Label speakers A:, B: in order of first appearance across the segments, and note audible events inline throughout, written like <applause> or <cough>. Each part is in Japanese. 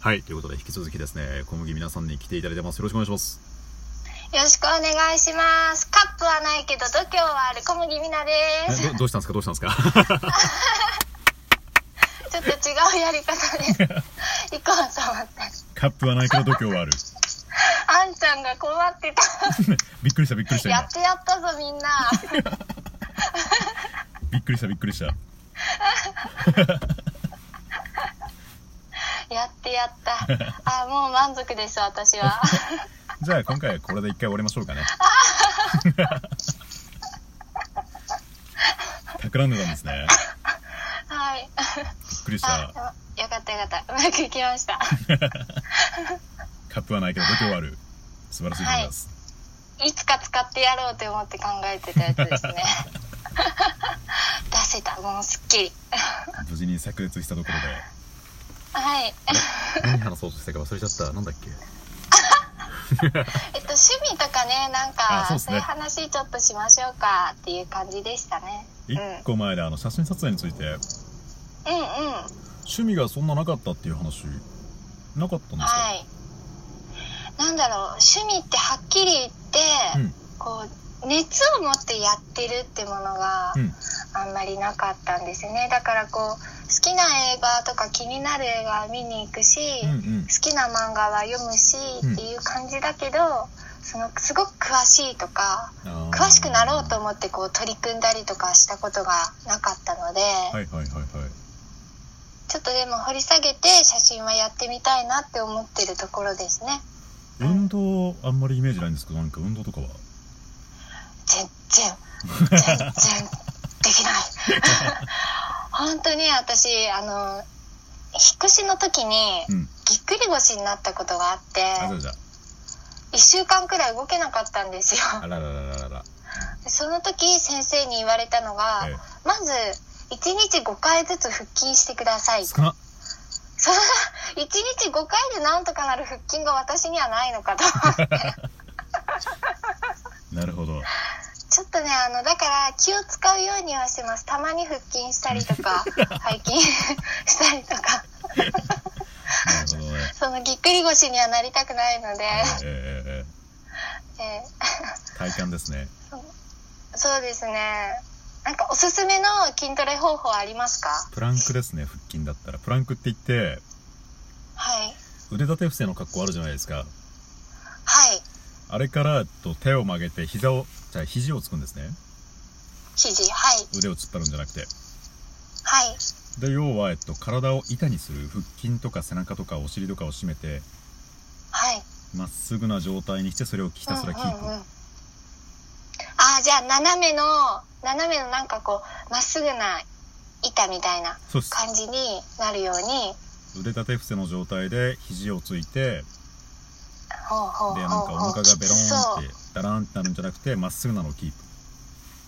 A: はい、ということで、引き続きですね、小麦皆さんに来ていただいてます。よろしくお願いします。
B: よろしくお願いします。カップはないけど度胸はある小麦みなで
A: え <laughs>
B: す。
A: どどうしたんですかどうしたんですか
B: ちょっと違うやり方で行こうと思って。
A: カップはないけど度胸はある。 <laughs>
B: あんちゃんが困ってた。
A: びっくりした、びっくりした、
B: や
A: 今
B: っ。てやったぞみんな。
A: びっくりした、びっくりした。
B: やってやった。あもう満足です私は。
A: じゃあ、今回はこれで一回終わりましょうか <laughs> ね。企んでたんですね。
B: はい。
A: びっくりし
B: あ
A: た。
B: よかったよかった。うまくいきました。
A: カップはないけど度胸はある。素晴らしいと思います。
B: いつか使ってやろうと思って考えてたやつですね。 <laughs> 出せたもうすっきり。
A: 無事に炸裂したところで。
B: はい。
A: 何話そうとしたか忘れちゃった。なんだっけ
B: えっと、趣味とかねなん
A: あ
B: か
A: そ
B: そうう,、
A: ですね
B: いう話ちょっとしましょうかっていう感じでしたね、うん、うん
A: 一個前であの写真撮影について、
B: うん
A: 趣味がそんななかったっていう話、なかったんですか
B: はいなんだろう趣味ってはっきり言って、
A: うん
B: こう熱を持ってやってるってものが
A: うん。
B: あんまりなかったんですねだからこう好きな映画とか気になる映画は見に行くし、
A: うんう
B: 好
A: ん。
B: きな漫画は読むしっていう感じだけど、そのすごく詳しいとか
A: あー
B: 詳しくなろうと思ってこう取り組んだりとかしたことがなかったので、
A: はいはいはいはい
B: ちょっとでも掘り下げて写真はやってみたいなって思ってるところですね
A: 運動あんまりイメージないんですけどなんか運動とかは
B: 全然
A: <laughs>
B: 全然できない <laughs> 本当に私あの引っ越しの時に
A: うん
B: ぎっくり腰になったことがあって
A: あそうじゃ
B: 1週間くらい動けなかったんです
A: <laughs>
B: よ
A: あらららららら
B: でその時先生に言われたのが、
A: ええ
B: まず1日5回ずつ腹筋してください
A: 少な
B: <laughs> そんな1日5回でなんとかなる腹筋が私にはない
A: <laughs>
B: のかと
A: なるほど
B: ちょっとねあのだから気を使うようにはしてますたまに腹筋したりと
A: <laughs>
B: か背筋したりとか
A: なるほど
B: <laughs>
A: ね
B: そのぎっくり腰にはなりたくないの
A: え
B: で、
A: ええええ
B: え
A: え体感ですね
B: ーそうですねなんかおすすめの筋トレ方法ありますか
A: プランクですね腹筋だったらプランクって言って
B: はい
A: 腕立て伏せの格好あるじゃないですか
B: はい
A: あれからえっと手を曲げて膝をじゃあ肘をつくんですね
B: 肘はい
A: 腕を突っ張るんじゃなくて
B: はい
A: で要は、えっと、体を板にする腹筋とか背中とかお尻とかを締めて
B: はい
A: まっすぐな状態にしてそれをひたすらキープ、
B: うんうんうん、ああじゃあ斜めの斜めのなんかこうまっすぐな板みたいな
A: そうです
B: 感じになるように
A: 腕立て伏せの状態で肘をついて
B: ほうほうほうほう
A: でなんかお腹がベローンってダラーンってなるんじゃなくてまっすぐなのをキー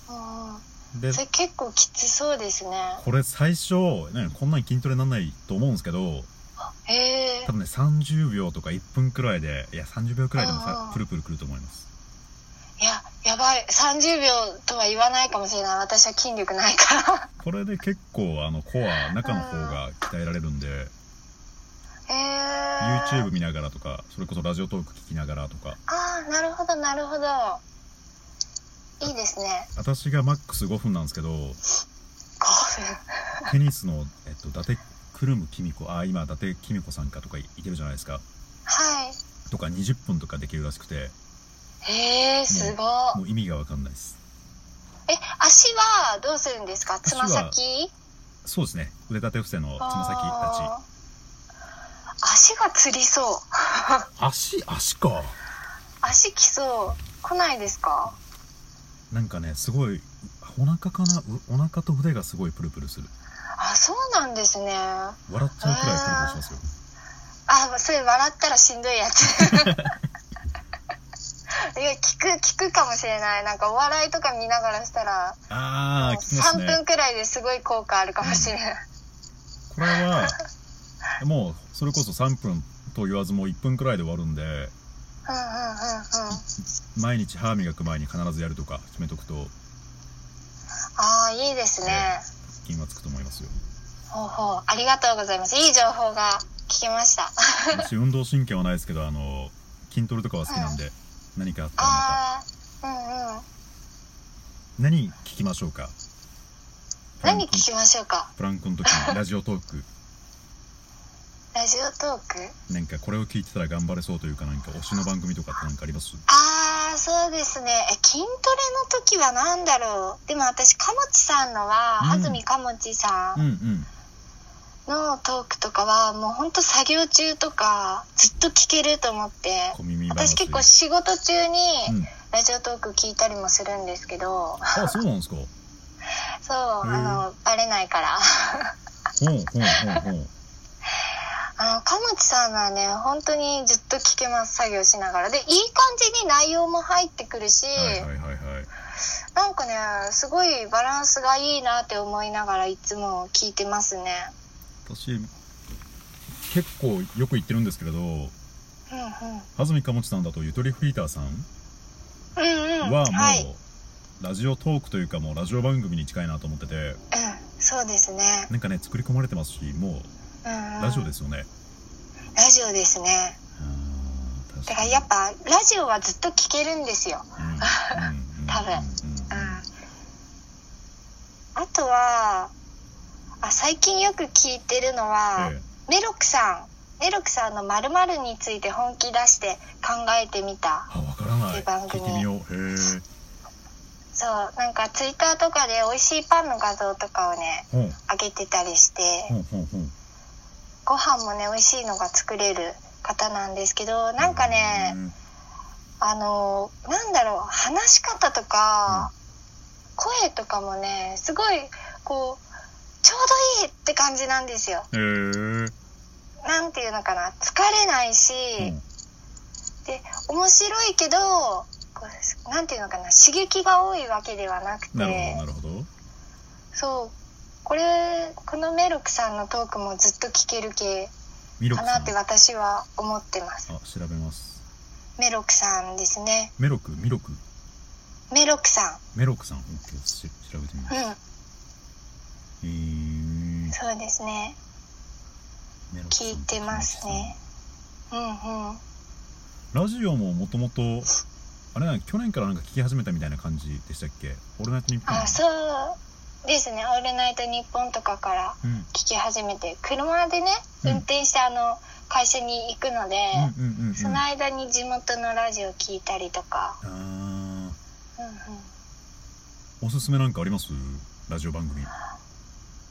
B: そううんうん
A: プで
B: それ結構きつそうですね
A: これ最初、ね、こんなに筋トレにならないと思うんですけど
B: へえ
A: 多分ね30秒とか1分くらいでいや30秒くらいでも
B: うん
A: さ
B: うん
A: プルプルくると思います
B: いややばい30秒とは言わないかもしれない私は筋力ないから <laughs>
A: これで結構あのコア中の方が鍛えられるんで
B: へえ
A: YouTube 見ながらとかそれこそラジオトーク聞きながらとか
B: ああなるほどなるほどいいですね
A: 私がマックス5分なんですけど
B: 5分
A: テニスの、えっと、伊達くるむきみこあ今伊達きみこさんかとかいいけるじゃないですか
B: はい
A: とか20分とかできるらしくて
B: へえすごい
A: もう意味がわかんないです
B: え、足はどうするんですかつま先
A: そうですね腕立て伏せのつま先
B: あー足がつりそう。
A: 立ち足足か
B: 足きそう。来ないですか
A: なんかねすごいお腹かなうお腹と腕がすごいプルプルする
B: あ、そうなんですね。あ、
A: 笑っちゃうくらいプルプルしますよ
B: それ笑ったらしんどいやつ。 <laughs> いや、聞く、聞くかもしれない。なんかお笑いとか見ながらしたら、
A: あー聞きます
B: 3
A: ね
B: 分くらいですごい効果あるかもしれない。
A: これはもうそれこそ3分と言わずもう1分くらいで終わるんで
B: うんうんうんうん。
A: 毎日歯磨く前に必ずやるとか決めとくと
B: ああ、いいですね。
A: 腹筋はつくと思いますよ
B: ほうほう。ありがとうございます。いい情報が聞きました。
A: 私運動神経はないですけどあの筋トレとかは好きなんで、何かあったらま
B: ああ、うんうん。
A: た何聞きましょうか
B: 何聞きましょうか。
A: プランクの時
B: <laughs>
A: にラジオトーク
B: ラジオトーク
A: なんかこれを聞いてたら頑張れそうというかなんか推しの番組とかって何かあります
B: ああ、そうですね。え、筋トレの時は何だろう。でも私、かもちさんのは、
A: うん
B: 安住かもちさ
A: うん
B: ん
A: うん
B: のトークとかは、もうほんと作業中とか、ずっと聞けると思って。
A: 小耳話
B: 私結構仕事中に
A: うん、
B: ラジオトーク聞いたりもするんですけど、
A: あそうなんですかほ
B: そう、
A: へー
B: あの、バレないから。
A: うほうほうほ
B: <laughs>
A: う
B: あの、かもちさんはね、本当にずっと聞けます、作業しながら。で、いい感じに内容も入ってくるし、
A: はいはいはいはい
B: なんかね、すごいバランスがいいなって思いながらいつも聞いてますね。
A: 私結構よく言ってるんですけれど
B: うんうん。
A: 安住かもちさんだとゆとりフリーターさん
B: うんうん。
A: はもう、
B: はい。うん。
A: ラジオトークというかもうラジオ番組に近いなと思ってて
B: そうですね。
A: なんかね作り込まれてますしも
B: うん、う。。
A: うんラジオですすよね、
B: ラジオですね。
A: うん、確
B: だからやっぱ、ラジオはずっと聞けるんですよ。
A: うんうんうん
B: 多分
A: うんうん
B: うん。あとは、あ、最近よく聞いてるのは、
A: え
B: メロクさん。メロクさんの〇〇について本気出して考えてみた。
A: あわからな
B: ってい
A: いう
B: 番
A: 聞
B: 組
A: いてみようへえ
B: そう、なんかツイッターとかで美味しいパンの画像とかをね、
A: ほう
B: あげてたりして、
A: ほうほうほう
B: ご飯もね、美味しいのが作れる方なんですけど、なんかね、
A: うん
B: あの、なんだろう、話し方とか、声とかもね、すごい、こう、ちょうどいいって感じなんですよ。
A: へえ
B: なんていうのかな、疲れないし、
A: うん
B: で、面白いけど、こうなんていうのかな、刺激が多いわけではなくて、
A: なるほどなるほど
B: そう。これ、このメルクさんのトークもずっと聞ける系
A: ミロク
B: か
A: さ
B: なんって私は思ってます。
A: あ調べます
B: メロクさんですね。
A: メロクミロク
B: メロクさ
A: メロクさんオッケーし調べてみます
B: ん。うん。
A: えー、
B: そうですね。
A: メロクさん
B: 聞いてますね。うんうん。
A: ラジオももともとあれなん去年からなんか聞き始めたみたいな感じでしたっけ「オールナイトニッポン」
B: あ、そうですね。オールナイトニッポンとかから
A: うん、うん
B: 聞き始めて、車でね、
A: うん
B: 運転してあの、会社に行くので、
A: うんうんうん
B: その間に地元のラジオ聞いたりとか。
A: あ
B: うんうん。
A: ーおすすめなんかありますラジオ番組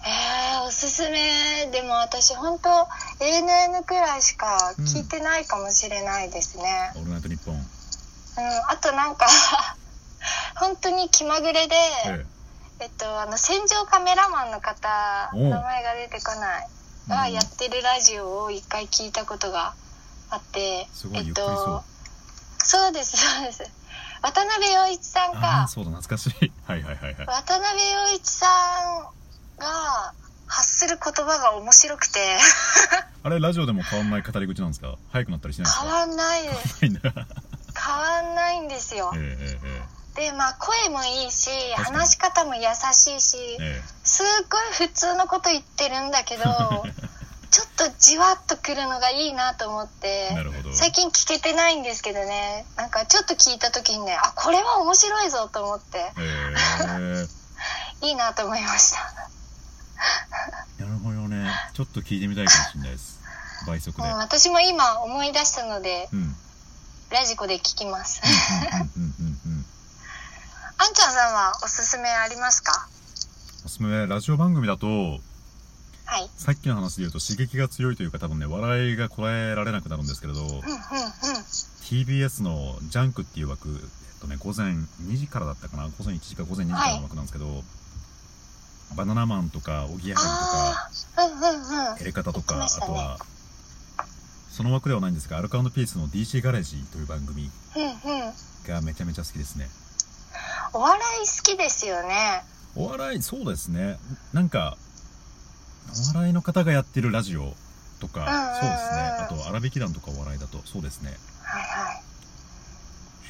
B: えー、おすすめでも私本当 ANN くらいしか聞いてないかもしれないですね、
A: 「オールナイトニッポン」
B: うんあとなんか <laughs> 本当に気まぐれで、
A: え
B: えっとあの戦場カメラマンの方
A: おう
B: 名前が出てこない
A: え
B: が
A: うん
B: やってるラジオを一回聞いたことがあって
A: すごい
B: え
A: ゆ
B: っ
A: っくりそう、
B: とそうですそうです渡辺陽一さん
A: ああー
B: か
A: そうだ懐かしい <laughs> はいはいはいはい
B: 渡辺陽一さんが発する言葉が面白くて
A: あれラジオでも変わんない語り口なんですか早くなったりしない
B: 変わんないです
A: ですか
B: 変わんないんですよ
A: <laughs> ええええ
B: でまあ声もいいし
A: 確かに
B: 話し方も優しいし
A: えええ
B: すっごい普通のこと言ってるんだけ
A: <laughs>
B: どちょっとじわっとくるのがいいなと思って
A: えなるほど
B: 最近聞けてないんですけどねなんかちょっと聞いた時にねあこれは面白いぞと思って
A: ええ
B: いいなと思いました
A: なるほどねちょっと聞いてみたいかもしれないです倍速で
B: もう私も今思い出したので
A: うんうんうん
B: ラジコで聞きます
A: うんうんうんうん
B: あんちゃんさんはおすすめありますか
A: おすすめラジオ番組だと
B: はい
A: さっきの話で言うと刺激が強いというか多分ね笑いがこらえられなくなるんですけれど
B: うんうんうん
A: TBS の「ジャンク」っていう枠えっとね午前2時からだったかな午前1時か午前2時からの枠なんですけど、バナナマンとかおぎやはぎとか
B: ああうんうんうん
A: エレカタとか、
B: 言ってまし
A: あ
B: た
A: と
B: ね
A: はその枠ではないんですがアルカピースの DC ガレージという番組
B: うんうん
A: がめちゃめちゃ好きですね
B: お笑い好きですよね。
A: お笑いそうですねなんかお笑いの方がやってるラジオとか、
B: うんうんうん
A: そうですねあと荒引き団とかお笑いだとそうですね
B: はいはい。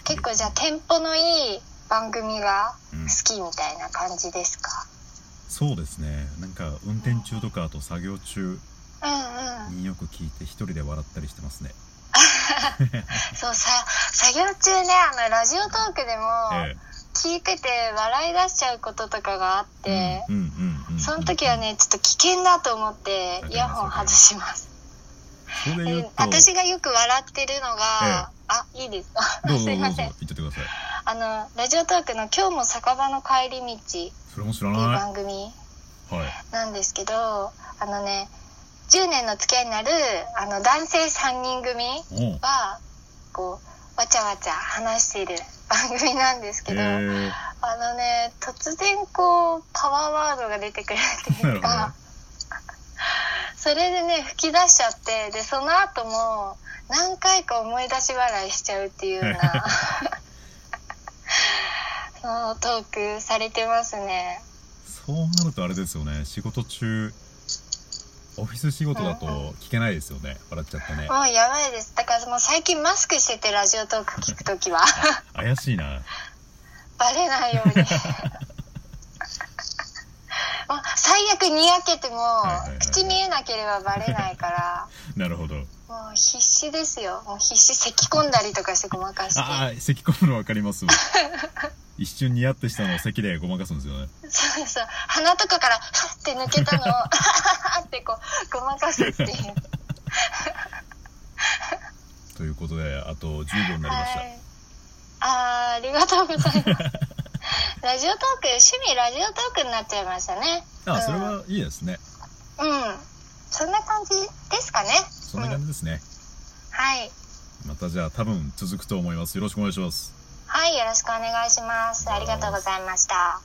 B: 結構じゃあテンポのいい番組が
A: うん
B: 好きみたいな感じですか。
A: そうですねなんか運転中とかあと作業中
B: うんうん
A: によく聞いて一人で笑ったりしてますね。
B: そうさ作業中ねあのラジオトークでも
A: え
B: 聞いてて笑い出しちゃうこととかがあっ
A: え
B: て、
A: うんうんうんうんうん
B: その時はねちょっと危険だと思ってイヤホン外します
A: それで言う
B: うん
A: と
B: 私がよく笑ってるのが、あいいですか
A: どうぞ
B: す
A: どう
B: い
A: ぞ
B: ま
A: 言っちゃ
B: せん
A: ってください
B: あのラジオトークの「今日も酒場の帰り道」っていう
A: それも知らな
B: 番組
A: いはい
B: なんですけどあのね10年の付き合いになるあの男性3人組
A: おう
B: はこうわちゃわちゃ話している番組なんですけど、
A: え
B: あのね突然こうパワーワードが出てくるっていう
A: なる
B: か
A: ほ
B: <laughs> それでね吹き出しちゃってでその後も何回か思い出し笑いしちゃうっていうよ
A: <laughs>
B: うなそのトークされてますね。
A: そうなるとあれですよね仕事中オフィス仕事だと聞けないですよね笑っちゃってね
B: もうやばいです。だからもう最近マスクしててラジオトーク聞くときは
A: 怪しいな
B: バレない
A: <laughs>
B: ように。もう最悪にやけても
A: いはいはい
B: 口見えなければバレない
A: <laughs>
B: から
A: なるほど
B: もう必死ですよもう必死咳込んだりとかしてごまかして
A: ああ咳込むの分かり
B: <laughs>
A: ますわ一瞬ニヤってしたのを咳でごまかすんですよね
B: そうそう鼻とかからハッて抜けたのを <laughs> ハッってこうごまかすっていう
A: ということであと10秒になりました、
B: はい、あーありがとうござ
A: <laughs>
B: いますラジオトーク趣味ラジオトークになっちゃいましたね
A: あそれはいいですね
B: うんそんな感じですかね
A: そんな感
B: うん、
A: じですね、
B: はい
A: またじゃあ多分続くと思いますよろしくお願いします
B: はいよろしくお願いしますありがとうございました